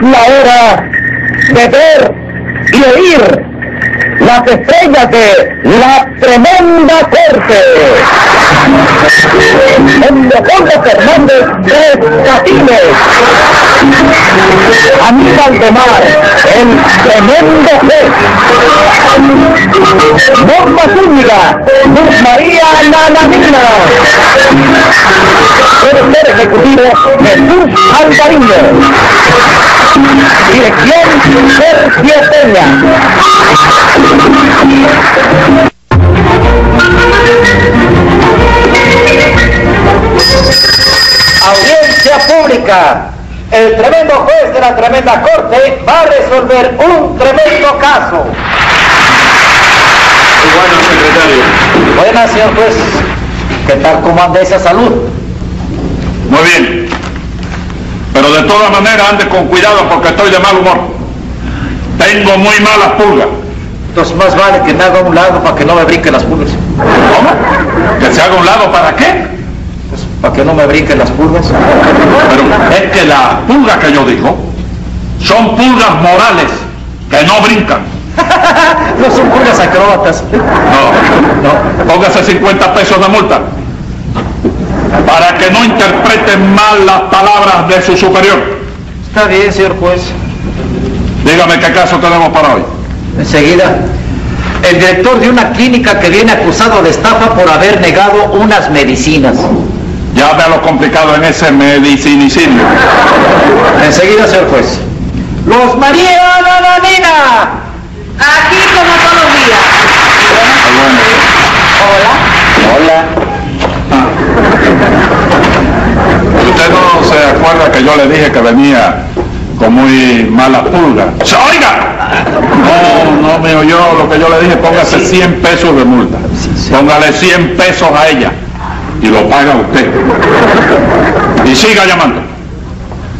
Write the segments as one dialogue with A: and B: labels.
A: la hora de ver y oír las estrellas de la tremenda corte. En Leopoldo Fernández Tres Catines. Aníbal de Mar, el tremendo juez. Norma Zúñiga, Luz María Nananina. Tercer ejecutivo, Jesús Alvarino. Dirección Sergio Peña.
B: Audiencia pública. El tremendo juez de la tremenda corte va a resolver un tremendo caso.
C: Bueno, secretario.
B: Buenas, señor juez. ¿Qué tal? ¿Cómo anda esa salud?
C: Muy bien. Pero de todas maneras ande con cuidado porque estoy de mal humor. Tengo muy malas pulgas.
B: Entonces más vale que me haga a un lado para que no me brinquen las pulgas.
C: ¿Cómo? ¿Que se haga a un lado para qué?
B: Pues, para que no me brinquen las pulgas.
C: Pero es que las pulgas que yo digo son pulgas morales que no brincan.
B: no son pulgas acróbatas.
C: No, no. Póngase 50 pesos de multa para que no interpreten mal las palabras de su superior.
B: Está bien, señor juez.
C: Dígame qué caso tenemos para hoy.
B: Enseguida. El director de una clínica que viene acusado de estafa por haber negado unas medicinas.
C: Ya vea lo complicado en ese medicinicidio.
B: Enseguida, señor juez. Los María Nananina.
D: Aquí como todos los días.
C: Ah,
B: Hola. Hola.
C: Ah. Usted no se acuerda que yo le dije que venía con muy mala pulga. ¡Oiga! No, no me oyó lo que yo le dije. Póngase 100 pesos de multa. Póngale 100 pesos a ella. Y lo paga usted. Y siga llamando.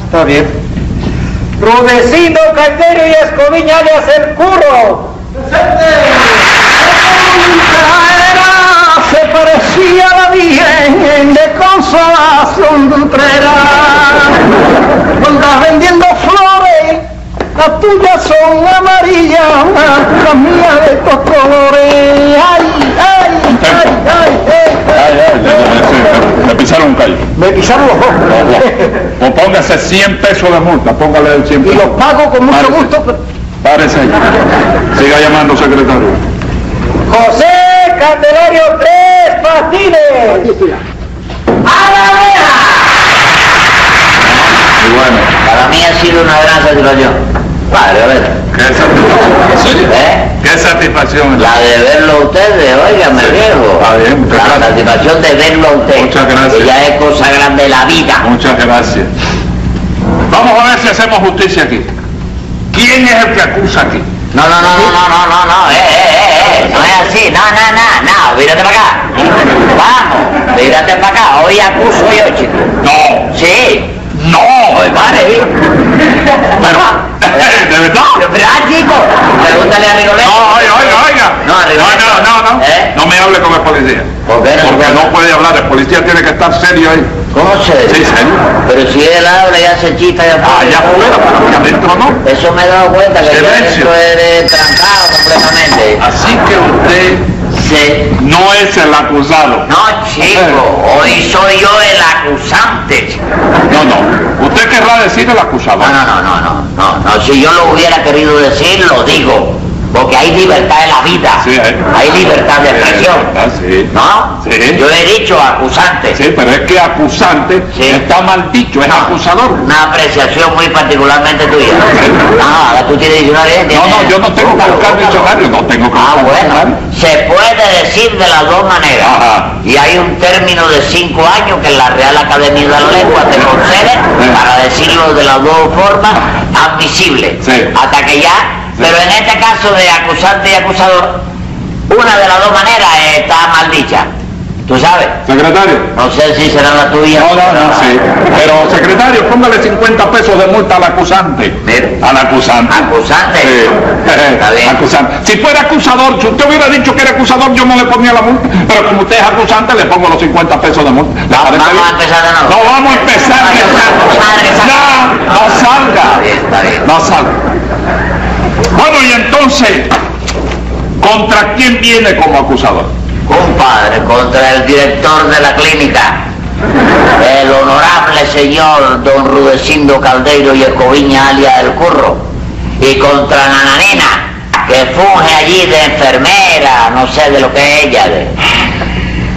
B: Está bien. Rudecindo Calderio y Escoviña alias el curro. ¡Presente!
E: Era, se parecía a la Virgen de Consolación Dutrera. Andas vendiendo flores, las tuyas son amarillas, las mías de estos colores. ¡Ay, ay, ay, ay,
C: ay! Eh, Me pisaron un callo.
B: Me pisaron los dos.
C: O póngase 100 pesos de multa, póngale el 100
B: pesos. Y los pago con mucho gusto.
C: Párese ahí. Siga llamando, secretario.
B: José Candelario Tres Patines. Aquí estoy.
D: ¡A la oreja!
C: Y bueno.
F: Para mí ha sido una gran satisfacción. Padre, a ver.
C: ¿Qué satisfacción?
F: ¿Eh?
C: ¿Qué satisfacción?
F: La de verlo a ustedes, oiga, me viejo.
C: Está bien, muchas
F: la
C: gracias.
F: satisfacción de verlo a usted.
C: Muchas gracias.
F: Que ya es cosa grande la vida.
C: Muchas gracias. Vamos a ver si hacemos justicia aquí. ¿Quién es el que acusa aquí?
F: No, no, no, no, no, no, no, no, eh, eh, eh, eh, no es así, no, no, no, no, vírate para acá. Vamos, vírate para acá, hoy acuso yo, chico.
C: No.
F: Sí.
C: No.
F: Pues vale, ¿eh?
C: Pero, ¿de verdad?
F: Pero, pero, ah, chico, pregúntale a Rigoletto.
C: No, oiga, oiga, oiga.
F: No, a Rigoletto.
C: No, no, no, no.
F: ¿Eh?
C: No me hable con el policía.
F: ¿Por qué no?
C: Porque no puede hablar, el policía tiene que estar serio ahí.
F: ¿Cómo se
C: Sí, serio.
F: Pero si él habla y hace chistes de
C: Ah, ya fuera, pero aquí adentro no.
F: Eso me he dado cuenta que yo
C: Silencio.
F: dentro eres trancado completamente.
C: Así que usted
F: Sí.
C: no es el acusado.
F: No, chico, hoy soy yo el acusante. chico.
C: No, no. Usted querrá decir el acusado.
F: No, no, no, no, no, no, no, si yo lo hubiera querido decir, lo digo. Porque hay libertad en la vida.
C: Sí, hay.
F: libertad de
C: Sí, hay
F: expresión.
C: libertad, sí.
F: ¿No?
C: Sí.
F: Yo he dicho acusante.
C: Sí, pero es que acusante
F: Sí.
C: está mal dicho, es acusador.
F: Una apreciación muy particularmente tuya. Ah, ahora tú tienes diccionario. ¿eh?
C: No, no,
F: Tienes-
C: yo no tengo que buscar diccionario, no tengo que
F: Ah,
C: buscar
F: bueno,
C: diccionario.
F: se puede decir de las dos maneras.
C: Ajá.
F: Y hay un término de cinco años que la Real Academia de la Lengua te concede para decirlo de las dos formas admisible.
C: Sí.
F: Hasta que ya,
C: Sí.
F: pero en este caso de acusante y acusador, una de las dos maneras está mal dicha. ¿Tú sabes?
C: Secretario.
F: No sé si será la tuya.
C: No, no, no,
F: pero-
C: sí. Pero, secretario, póngale 50 pesos de multa al acusante.
F: Mire.
C: Al acusante.
F: Acusante.
C: Sí.
F: Está bien.
C: Acusante. Si fuera acusador, si usted hubiera dicho que era acusador, yo no le ponía la multa. Pero como usted es acusante, le pongo los 50 pesos de multa. ¿Le
F: Va-
C: parece
F: vamos
C: bien?
F: a empezar de nuevo.
C: No, vamos a empezar.
F: Madre
C: de nuevo. No, no
F: santa, madre santa.
C: salga.
F: Está bien, está bien.
C: No sale. Bueno, y entonces, ¿contra quién viene como acusador?
F: Compadre, contra el director de la clínica, el honorable señor don Rudecindo Caldeiro y Escoviña alias El Curro, y contra Nananina, que funge allí de enfermera, no sé de lo que es ella. de-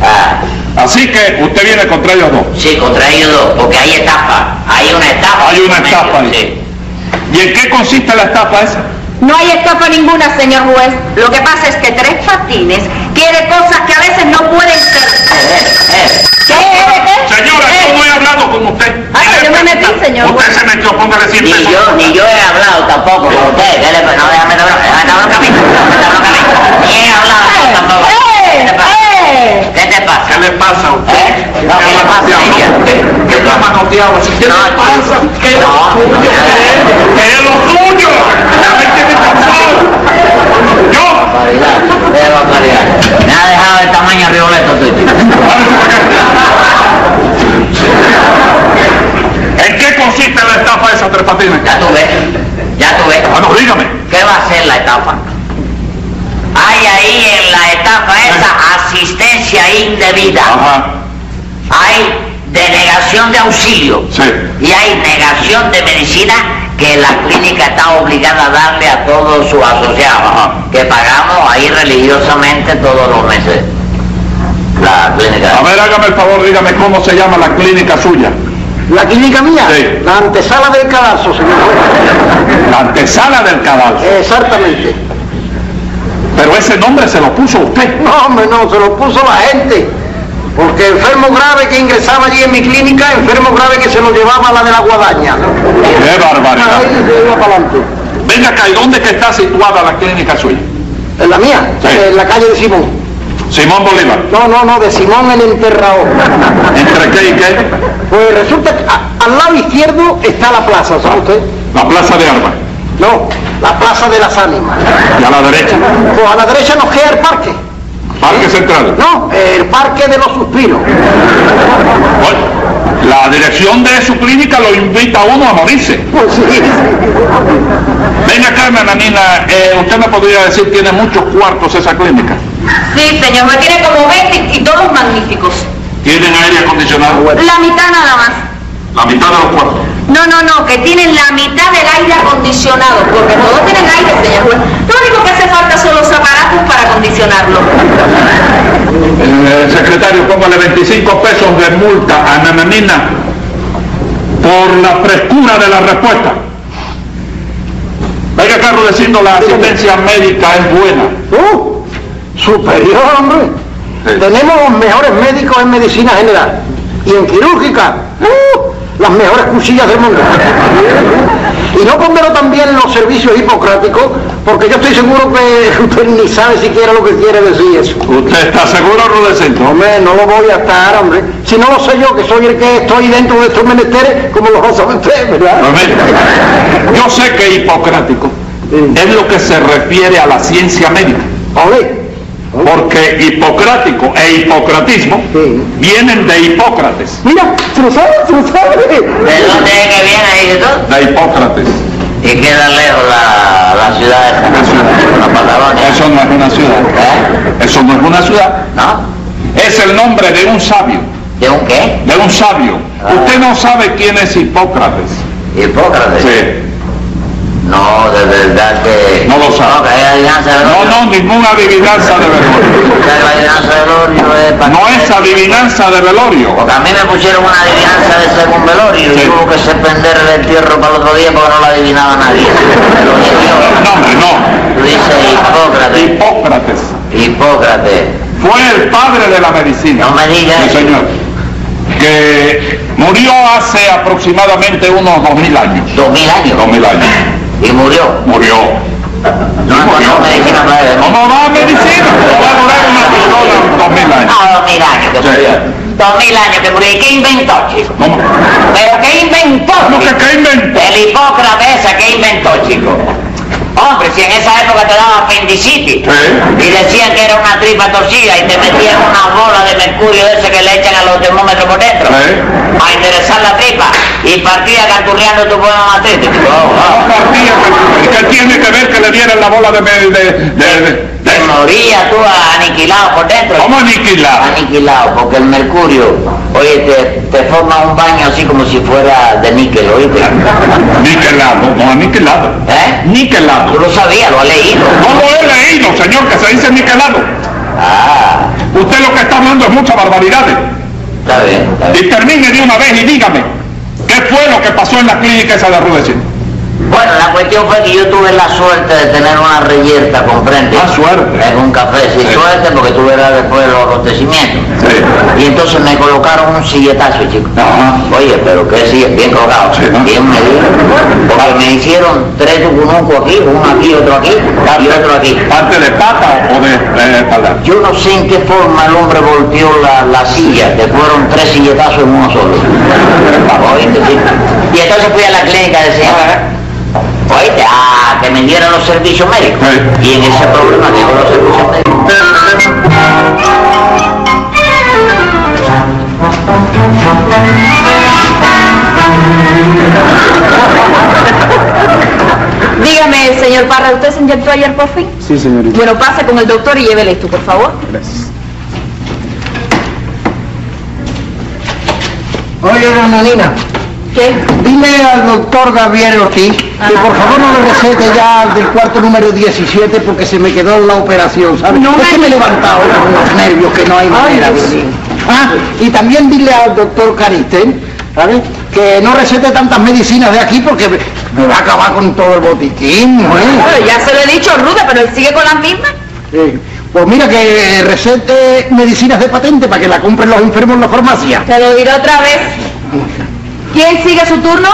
F: Ah,
C: Así que usted viene contra ellos dos.
F: sí, contra ellos dos, porque hay estafa, hay una estafa.
C: Hay una estafa ahí.
F: Sí. Eh,
C: ¿Y en qué consiste la estafa esa?
G: No hay estafa ninguna, señor juez. Lo que pasa es que Tres Patines quiere cosas que a veces no pueden ser.
F: eh,
G: ¿Qué? ¿Qué? ¿Qué?
C: Señora, yo
G: ¿Qué?
C: no he hablado con usted.
G: Ah, pero yo me metí, señor.
C: Usted se metió, póngale 100
F: Ni
C: pesos.
F: yo, ni yo he hablado tampoco con usted. ¿Qué le pasa? No, déjame dar déjame dar bronca a mí. Déjame dar bronca a mí. Ni he hablado yo tampoco. ¿Qué te pasa? ¿Qué te
C: ¿Qué
F: pasa?
C: le pasa a usted?
F: ¿Eh? No, ¿qué le pasa a ella?
C: ¿Qué le ha manoteado? ¿Qué le
F: No,
C: pasa? ¿Qué es lo
F: no,
C: tuyo?
F: no.
C: ¿Qué es lo tuyo? Ya me tiene cansado. Yo,
F: Barbaridad, qué barbaridad. Me ha dejado el tamaño riboleto tuyo.
C: ¿En qué consiste la estafa esa, Tres Patines?
F: Ya tú ves, ya tú ves.
C: Bueno, dígame.
F: ¿Qué va a ser la estafa? Hay ahí en la estafa esa asistencia indebida.
C: Ajá,
F: hay denegación de auxilio
C: sí.
F: y hay negación de medicina que la clínica está obligada a darle a todos sus asociados,
C: Ajá.
F: que pagamos ahí religiosamente todos los meses. La clínica.
C: A ver, hágame el favor, dígame cómo se llama la clínica suya.
E: ¿La clínica mía?
C: Sí.
E: La antesala del cadalso, señor juez.
C: La antesala del cadáver.
E: Exactamente.
C: Pero ese nombre se lo puso usted.
E: No, hombre, no, se lo puso la gente. Porque enfermo grave que ingresaba allí en mi clínica, enfermo grave que se lo llevaba a la de la guadaña.
C: ¡Qué barbaridad!
E: Ahí se iba para adelante.
C: Venga acá, ¿y dónde que está situada la clínica suya?
E: ¿En la mía?
C: Sí.
E: En la calle de Simón.
C: Simón Bolívar.
E: No, no, no, de Simón el enterrador.
C: ¿Entre qué y qué?
E: Pues resulta que a- al lado izquierdo está la plaza, ¿sabe usted?
C: La Plaza de Armas.
E: No, la plaza de las ánimas.
C: Y a la derecha,
E: Pues a la derecha nos queda el parque.
C: Parque Central.
E: No, el parque de los suspiros.
C: Oye, La dirección de su clínica lo invita a uno a morirse.
E: Pues sí,
C: Venga acá, nananina, eh, usted me podría decir tiene muchos cuartos esa clínica.
G: Sí, señor juez, tiene como 20 y todos magníficos.
C: Tienen aire acondicionado,
G: La mitad nada más.
C: la mitad de los cuartos.
G: No, no, no, que tienen la mitad del aire acondicionado, porque todos tienen aire, señor juez. Lo único que hace falta son los aparatos para acondicionarlo.
C: Eh, secretario, póngale 25 pesos de multa a Nananina por la frescura de la respuesta. Venga acá, Rudecindo, la asistencia médica es buena.
E: Uh, superior, hombre.
C: Sí.
E: Tenemos los mejores médicos en medicina general y en quirúrgica. Uh, las mejores cuchillas del mundo. Y no pondré también los servicios hipocráticos, porque yo estoy seguro que usted ni sabe siquiera lo que quiere decir eso.
C: ¿Usted está seguro, Rudecindo?
E: Hombre, no lo voy a estar, hombre. Si no lo sé yo, que soy el que estoy dentro de estos menesteres, como lo va a saber usted, ¿verdad?
C: Pero mira, Yo sé que hipocrático
E: Sí.
C: es lo que se refiere a la ciencia médica,
E: Ole.
C: porque hipocrático e hipocratismo
E: Sí.
C: vienen de Hipócrates.
E: Mira, se lo sabe, se lo sabe.
F: ¿De dónde es que viene ahí todo?
C: De Hipócrates.
F: Y queda lejos la, la ciudad de
C: La ciudad.
F: la Patagonia.
C: Eso no es una ciudad. Eso no es una ciudad.
F: ¿No?
C: Es el nombre de un sabio.
F: ¿De un qué?
C: De un sabio.
F: Ah.
C: Usted no sabe quién es Hipócrates.
F: Hipócrates.
C: Sí.
F: No, de verdad que.
C: No lo sabe.
F: No, que hay adivinanza de
C: No,
F: Lorio.
C: no, ninguna adivinanza de velorio.
F: Que hay adivinanza de Lorio, eh, para-
C: No es adivinanza de velorio.
F: Porque a mí me pusieron una adivinanza de según velorio
C: Sí.
F: y tuvo que suspender el entierro para el otro día porque no la adivinaba nadie. Pero
C: No,
F: yo,
C: hombre, no.
F: tú dices Hipócrates,
C: Hipócrates
F: Hipócrates.
C: fue el padre de la medicina.
F: No me digas
C: Sí,
F: eso.
C: señor. Que murió hace aproximadamente unos dos mil años.
F: Dos mil años.
C: Dos mil años.
F: Y murió.
C: Murió.
F: No encontró medicina para él.
C: ¿Cómo va a medicina? ¿Cómo va a durar una persona dos mil años?
F: Ah, dos mil años que
C: Sí.
F: murió. Dos mil años que murió. ¿Y qué inventó, chico?
C: ¿Cómo?
F: ¿Pero qué inventó?
C: ¿Cómo
F: chico?
C: que qué inventó?
F: El hipócrata esa que inventó, chico. hombre, si en esa época te daban apendicitis
C: Sí.
F: y decían que era una tripa torcida y te metían una bola de mercurio de ese que le echan a los termómetros por dentro
C: Sí.
F: a interesar la tripa y partía canturreando tu poema matriz.
C: No partía, pero ¿Qué tiene que ver que le dieran la bola de... me- de, de, de,
F: Te
C: de-
F: moría tú aniquilado por dentro.
C: ¿Cómo aniquilar?
F: Aniquilado, porque el mercurio, oye, te, te forma un baño así como si fuera de níquel, oíste.
C: Niquelado, no aniquilado.
F: ¿Eh? Tú
C: Niquelado.
F: lo sabías, lo has leído.
C: No lo he leído, señor, que se dice niquelado.
F: Ah,
C: Usted lo que está hablando es muchas barbaridades.
F: está bien, está bien.
C: Y termine de una vez y dígame, ¿qué fue lo que pasó en la clínica esa de Rudecindo?
F: Bueno, la cuestión fue que yo tuve la suerte de tener una reyerta, comprende.
C: Ah, suerte.
F: En un café, sí,
C: Sí.
F: suerte, porque tú verás después los acontecimientos.
C: Sí.
F: Y entonces me colocaron un silletazo, chico.
C: Ajá.
F: Oye, pero qué sillet, bien colocado,
C: Sí, ¿no?
F: bien medido. Porque me hicieron tres tucunucos aquí, uno aquí, otro aquí y otro aquí.
C: ¿Parte de pata o de eh, espalda?
F: Yo no sé en qué forma el hombre volteó la, la silla, que fueron tres silletazos en uno solo. ¿Oíste, sí? Y entonces fui a la clínica de decía, oíste, ah, que me dieran los servicios médicos.
C: Sí.
F: Y en ese problema llegó los servicios médicos.
G: Dígame, señor Parra, ¿usted se inyectó ayer por fin?
E: Sí, señorita.
G: Bueno, pase con el doctor y llévele esto, por favor.
E: Gracias. Oye, Nananina,
G: ¿Qué?
E: dile al doctor Gabriel Ortiz que
G: Ajá.
E: por favor no le recete ya del cuarto número 17 porque se me quedó la operación, ¿sabes?
G: No
E: es
G: me
E: que me he
G: digas.
E: levantado con los nervios que no hay manera de
G: Dios.
E: decir. Ah, y también dile al doctor Caristen, ¿sabes? Que no recete tantas medicinas de aquí porque me- me va a acabar con todo el botiquín, ¿eh?
G: Bueno, ya se lo he dicho, Ruda, pero él sigue con las mismas.
E: Sí. Pues mira que recete medicinas de patente para que la compren los enfermos en la farmacia.
G: Te lo diré otra vez. ¿Quién sigue su turno?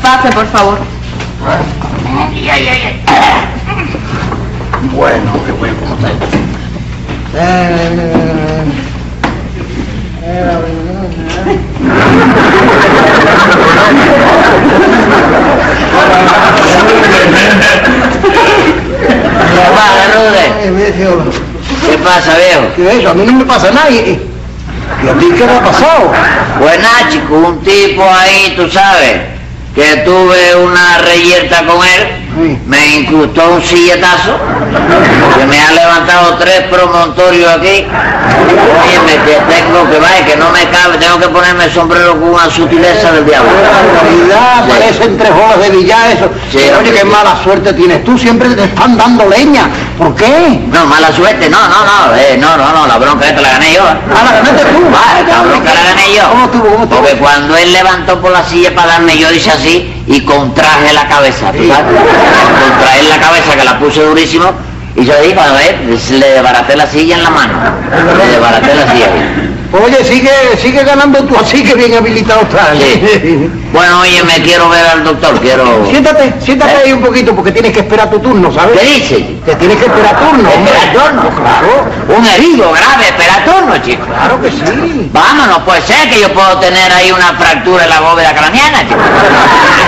G: Pase, por favor.
E: Bueno, qué bueno, ¿cómo está?
F: ¿Qué pasa, Rude? ¿Qué pasa, viejo?
E: ¿Qué es eso? A mí no me pasa nada. ¿Y, y- ¿y a ti qué me ha pasado?
F: Buenas, Pues chico, un tipo ahí, tú sabes, que tuve una reyerta con él,
E: Sí.
F: me incrustó un silletazo, que me ha levantado tres promontorios aquí. Oye, me que tengo que vaya, que no me cabe, tengo que ponerme el sombrero con una sutileza del diablo.
E: Qué barbaridad,
F: Sí.
E: parecen tres bolas de billar eso.
F: Sí,
E: Pero oye,
F: hombre,
E: qué
F: sí.
E: mala suerte tienes tú, siempre te están dando leña. ¿Por qué?
F: No, mala suerte, no, no, no, eh, no, no, no, la bronca esta la gané yo. eh.
E: Ah, la ganaste tú.
F: Ah, esta bronca la gané yo.
E: ¿Cómo estuvo? ¿Cómo estuvo?
F: Porque cuando él levantó por la silla para darme, yo hice así y contraje la cabeza, ¿tú sabes? Contraje la cabeza que la puse durísimo y yo dije, a ver, le desbaraté la silla en la mano. Le desbaraté la silla.
E: Oye, sigue, sigue ganando tú así que bien habilitado estás.
F: Sí. Bueno, oye, me quiero ver al doctor, quiero...
E: siéntate, siéntate ahí un poquito porque tienes que esperar tu turno, ¿sabes?
F: ¿Qué dice?
E: Te tienes que esperar turno. hombre.
F: Espera turno,
E: Claro,
F: Un herido grave, espera turno, chico.
E: claro que sí.
F: Vámonos, puede ser que yo puedo tener ahí una fractura en la bóveda craniana, chico.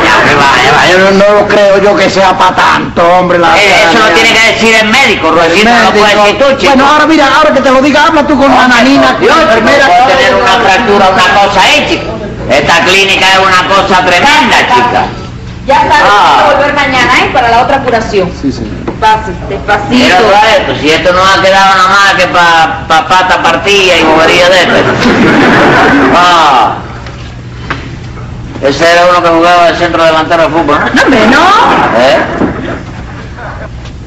F: Ya, hombre, vaya, vaya.
E: Yo no, no creo yo que sea para tanto, hombre. La
F: Eh, Eso lo tiene que decir el médico, Rocino, no lo puedes decir tú, chico.
E: Bueno, ahora mira, ahora que te lo diga, habla tú con Ananina.
F: Yo, chico, puedo tener una fractura, una cosa ahí, chico. Esta clínica es una cosa tremenda, chica.
G: Ya sabes,
F: Ah.
G: voy a volver mañana, ¿eh? Para la otra curación.
E: Sí, señor.
G: Pase,
F: Mira
G: despacito.
F: tú a esto, pues, si esto no ha quedado nada más que pa, pa pata partida y bobería de esto. Ah. Ese era uno que jugaba de centro delantero de fútbol, ¿no?
G: No, hombre, no.
F: ¿Eh?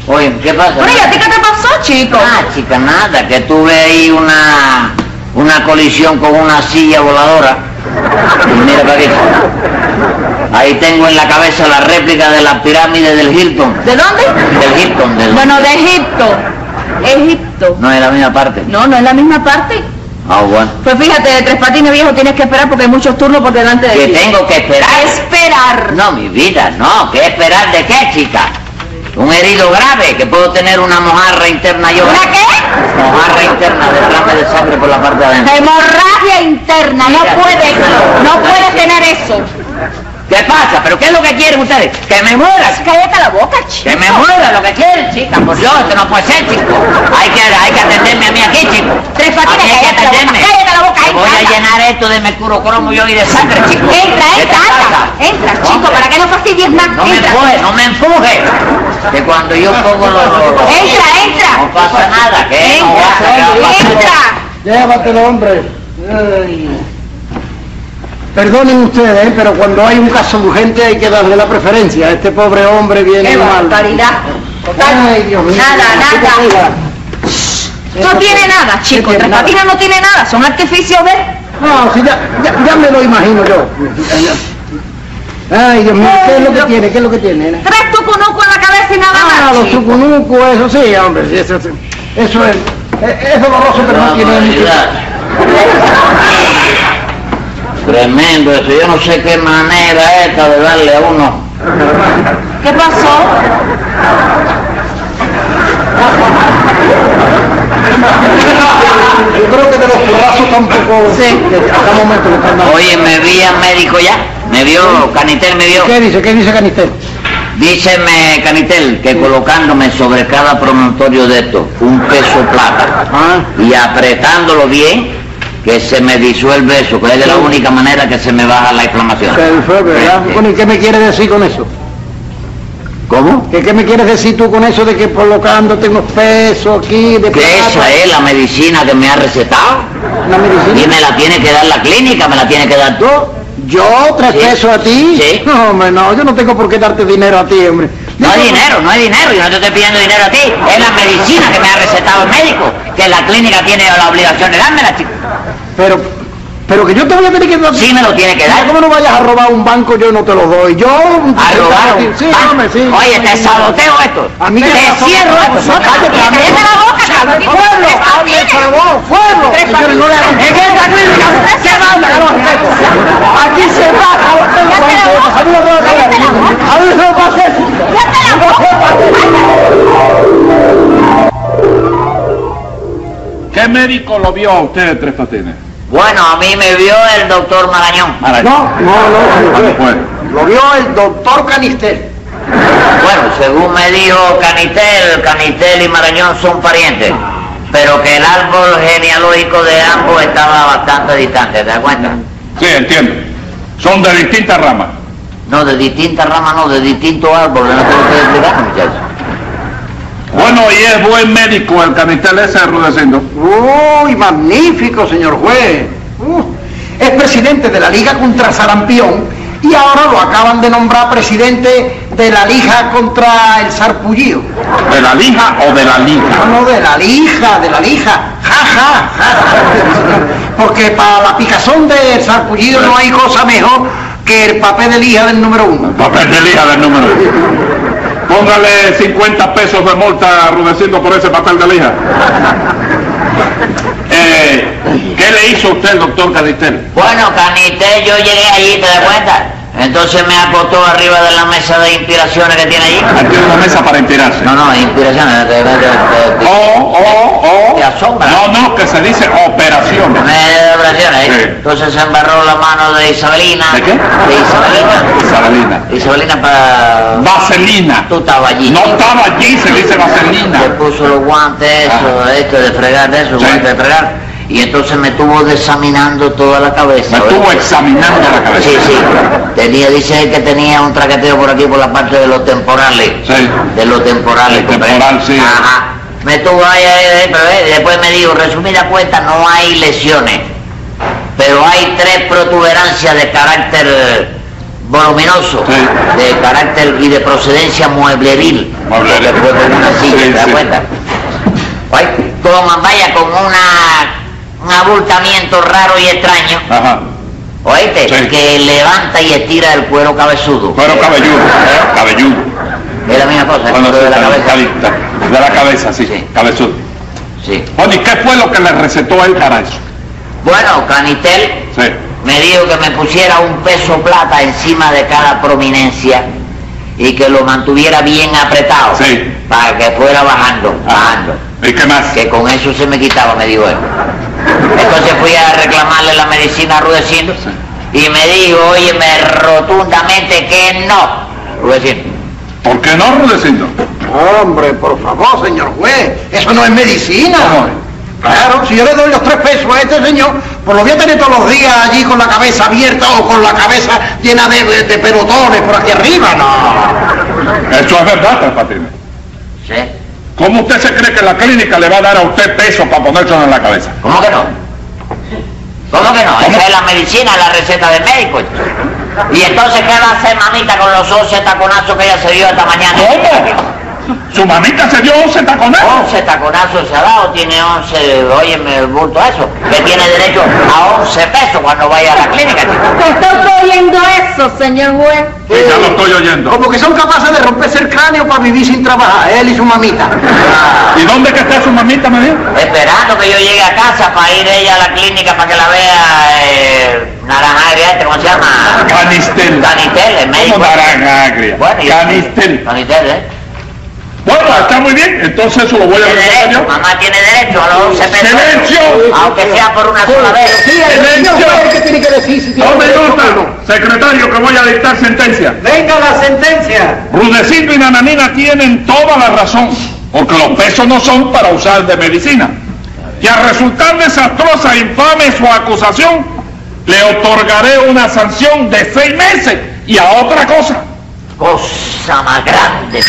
F: Oye, ¿qué pasa?
G: Bueno, ¿y a ti qué te pasó, chico?
F: Ah, chica, nada, que tuve ahí una, una colisión con una silla voladora. Y mira para aquí. Ahí tengo en la cabeza la réplica de la pirámide del Hilton.
G: ¿De dónde?
F: Del Hilton, del...
G: Bueno, de Egipto. Egipto.
F: No es la misma parte.
G: No, no es la misma parte.
F: Ah, bueno.
G: Pues fíjate, de tres patines viejo tienes que esperar porque hay muchos turnos por delante de
F: Que
G: ti.
F: tengo que
G: A
F: esperar.
G: esperar.
F: No, mi vida, no. ¿Qué esperar de qué, chica? Un herido grave, que puedo tener una mojarra interna yo.
G: ¿Una qué?
F: Mojarra interna, derrame de sangre por la parte de adentro.
G: Hemorragia interna, no
F: Mira.
G: puedes, no puedes tener eso.
F: ¿Qué pasa? ¿Pero qué es lo que quieren ustedes? ¡Que me mueras!
G: Cállate la boca, chico.
F: ¡Que me muera lo que quieren, chica! Por Dios, esto no puede ser, chico. Hay que, hay que atenderme a mí aquí, chico.
G: Tres Patines,
F: Aquí hay que
G: cállate la boca,
F: atenderme.
G: cállate la boca,
F: Me Voy a
G: entra.
F: llenar esto de mercurocromo yo y de sangre, chico.
G: Entra,
F: ¿Qué te
G: entra,
F: pasa?
G: anda. Entra, chico,
F: Hombre,
G: para que no fastidies más.
F: No me
G: entra.
F: empuje, no me empuje. Que cuando yo pongo los... los- los-
G: Entra, entra.
F: No pasa nada, que no
G: Entra,
F: pasa nada.
G: entra.
E: Llévatelo, hombre. Perdonen ustedes, ¿eh? pero cuando hay un caso urgente hay que darle la preferencia. Este pobre hombre viene
G: Qué
E: mal.
G: barbaridad.
E: Ay, Dios mío.
G: Nada,
E: Chico,
G: nada.
E: mira.
G: No tiene nada, chico.
E: tiene
G: Tres
E: nada.
G: Patines no tiene nada. Son artificios de...
E: No, si ya, ya, ya me lo imagino yo. Ay, Dios mío, ¿qué es lo que tiene? ¿Qué es lo que tiene? nena?
G: Tres tucunucos en la cabeza y nada
E: Ah,
G: más,
E: los
G: chico.
E: chucunucos, eso sí, hombre, sí, eso, sí. eso es, es, es doloroso, pero no tiene mucho.
F: Tremendo eso, yo no sé qué manera esta de darle a uno.
G: ¿Qué pasó?
E: Yo creo que de los porrazos tampoco, sí. hasta el momento lo están dando.
F: Oye, me vi al médico ya, me vio, Canitel me vio.
E: ¿Qué dice? ¿Qué dice Canistel?
F: Díceme, Canitel, que colocándome sobre cada promontorio de esto un peso plata
E: Ah,
F: y apretándolo bien, que se me disuelve eso, que es de la única manera que se me baja la inflamación. Este,
E: que fue, ¿verdad?
F: Sí.
E: Bueno, ¿y qué me quieres decir con eso?
F: ¿Cómo?
E: ¿Qué, qué me quieres decir tú con eso de que colocándote unos pesos aquí, de
F: Que
E: plata,
F: esa es la medicina que me ha recetado
E: la
F: y
E: medicina?
F: me la tiene que dar la clínica, me la tiene que dar tú.
E: ¿Yo? ¿Tres
F: Sí.
E: pesos a ti?
F: Sí.
E: No, hombre, no, yo no tengo por qué darte dinero a ti, hombre.
F: No hay
E: Digo,
F: dinero, no hay dinero, yo no te estoy pidiendo dinero a ti, es la medicina que me ha recetado el médico, que la clínica tiene la obligación de dármela, chico.
E: Pero, pero que yo te voy a tener que dar...
F: Sí me lo tiene que
E: Mira,
F: dar.
E: ¿Cómo no vayas a robar un banco? Yo no te lo doy. Yo...
F: A robar un
E: Sí,
F: banco.
E: hombre, sí.
F: Oye, te saboteo esto.
E: A mí
F: te
E: que me pasó-
F: cierro esto.
E: Cállate,
F: Cállate,
E: a mí-
F: cállate la boca, cabrón.
E: ¡Pueblo! ¡Pueblo! ¡Pueblo! Señores, no le hagan-
F: Es que esta clínica se va a dar los restos.
E: Aquí se baja el banco. A mí no me va a caer. A mí no me va a hacer.
C: ¿Qué médico lo vio a usted, Tres Patines?
F: Bueno, a mí me vio el doctor Marañón.
E: No, no,
C: ¿Cuándo
E: no.
C: fue?
E: Lo vio el doctor Canistel.
F: Bueno, según me dijo Canitel, Canitel y Marañón son parientes, pero que el árbol genealógico de ambos estaba bastante distante, ¿te das cuenta?
C: Sí, entiendo. Son de distintas ramas.
F: No, de distintas ramas, no, de distintos árboles, no tengo que explicar, muchachos.
C: Bueno, y es buen médico el Canitel ese de Rudecindo.
E: Uy, magnífico, señor juez. Uh, es presidente de la Liga contra Sarampión y ahora lo acaban de nombrar presidente de la Liga contra el Sarpullido.
C: ¿De la lija o de la
E: No,
C: lija?
E: no, de la Liga, de la Liga. Ja, ja, ja, ja. Porque para la picazón del Sarpullido no hay cosa mejor que el papel de lija del número uno.
C: Papel de lija del número uno. Póngale 50 pesos de multa a Rudecindo por ese papel de lija. Eh, ¿Qué le hizo usted el doctor Canitel?
F: Bueno, Canitel, yo llegué allí, ¿te das cuenta? Entonces me acostó arriba de la mesa de inspiraciones que tiene allí.
C: Aquí en la mesa para inspirarse.
F: No, no, inspiraciones, te, te- te- te-
C: O, o, o.
F: Te asombra.
C: oh, No, no, que se dice operación.
F: me de operaciones, ¿eh?
C: Sí.
F: Entonces se embarró la mano de Isabelina.
C: ¿De qué?
F: De Isabelina.
C: Isabelina.
F: Isabelina para...
C: Vaselina.
F: Tú estabas allí.
C: No estaba allí, se dice
F: Le
C: vaselina.
F: puso los guantes, eso, esto de fregar, de eso,
C: Ah. Sí.
F: guantes de fregar. Y entonces me estuvo examinando toda la cabeza.
C: Me
F: ¿verdad?
C: estuvo examinando la cabeza.
F: Sí, sí. Tenía, dice él que tenía un traqueteo por aquí, por la parte de los temporales.
C: Sí.
F: De los temporales.
C: El temporal, sí.
F: Ajá. Me estuvo ahí, ahí, ahí, pero eh, después me dijo, resumida cuenta, no hay lesiones. Pero hay tres protuberancias de carácter eh, voluminoso,
C: Sí.
F: de carácter y de procedencia muebleril.
C: Muebleril.
F: Porque fue con una silla,
C: Sí,
F: ¿te das
C: sí.
F: cuenta? Ay, toma, vaya con una, un abultamiento raro y extraño.
C: Ajá.
F: ¿Oíste?
C: Sí.
F: Que levanta y estira el cuero cabezudo.
C: Cuero cabelludo. ¿eh? Cabelludo.
F: Es la misma cosa, el
C: Bueno,
F: cuero
C: sí,
F: de la
C: está bien,
F: cabeza.
C: está bien, está bien. De la cabeza, sí.
F: Sí.
C: Cabezudo.
F: Sí.
C: Bueno, ¿y qué fue lo que le recetó él para eso?
F: Bueno, Canitel
C: Sí.
F: me dijo que me pusiera un peso plata encima de cada prominencia y que lo mantuviera bien apretado
C: Sí.
F: para que fuera bajando, bajando.
C: Ah, ¿Y qué más?
F: Que con eso se me quitaba, me dijo él. Entonces fui a reclamarle la medicina a Rudecindo y me dijo, óyeme rotundamente que no, Rudecindo.
C: ¿Por qué no, Rudecindo?
E: Hombre, por favor, señor juez, eso no es medicina.
C: ¿Cómo es?
E: Claro, si yo le doy los tres pesos a este señor, pues lo voy a tener todos los días allí con la cabeza abierta o con la cabeza llena de, de- de pelotones por aquí arriba, no.
C: Eso es verdad, Tres Patines.
F: ¿Sí?
C: ¿Cómo usted se cree que la clínica le va a dar a usted peso para ponérselo en la cabeza?
F: ¿Cómo que no? ¿Cómo que no? Esa es la medicina, la receta del médico. Y entonces, ¿qué va a hacer mamita con los 11 taconazos que ella se dio esta mañana?
C: ¿Cómo? ¿Su mamita se dio 11 taconazos?
F: 11 taconazos se ha dado, tiene 11, óyeme el bulto eso, que tiene derecho a 11 pesos cuando vaya a la clínica, chico.
G: ¿Está oyendo eso, señor juez?
C: Sí, Pues ya lo estoy oyendo.
E: Como que son capaces de romperse el cráneo para vivir sin trabajar, él y su mamita.
C: ¿Y dónde que está su mamita, me dijo?
F: Esperando que yo llegue a casa para ir ella a la clínica para que la vea eh, Naranja Agria, este, ¿cómo se llama?
C: Canistel.
F: Canistel, el médico.
C: ¿Cómo naranja agria?
F: Bueno, yo-
C: Canistel.
F: Canistel, ¿eh?
C: Bueno, está muy bien, entonces eso lo voy a
F: Tiene
C: resolver
F: derecho,
C: yo.
F: mamá tiene derecho a los 11 pesos.
C: ¡Silencio!
F: Aunque sea por una sola vez.
E: Sí, el
C: Silencio.
E: señor juez que tiene que decir si tiene
C: ¡Dos
E: derecho o no.
C: minutos! Secretario, que voy a dictar sentencia.
B: Venga la sentencia.
C: Rudecindo y Nananina tienen toda la razón, porque los pesos no son para usar de medicina. Y al resultar desastrosa e infame su acusación, le otorgaré una sanción de seis meses y a otra cosa.
F: Cosa más grande.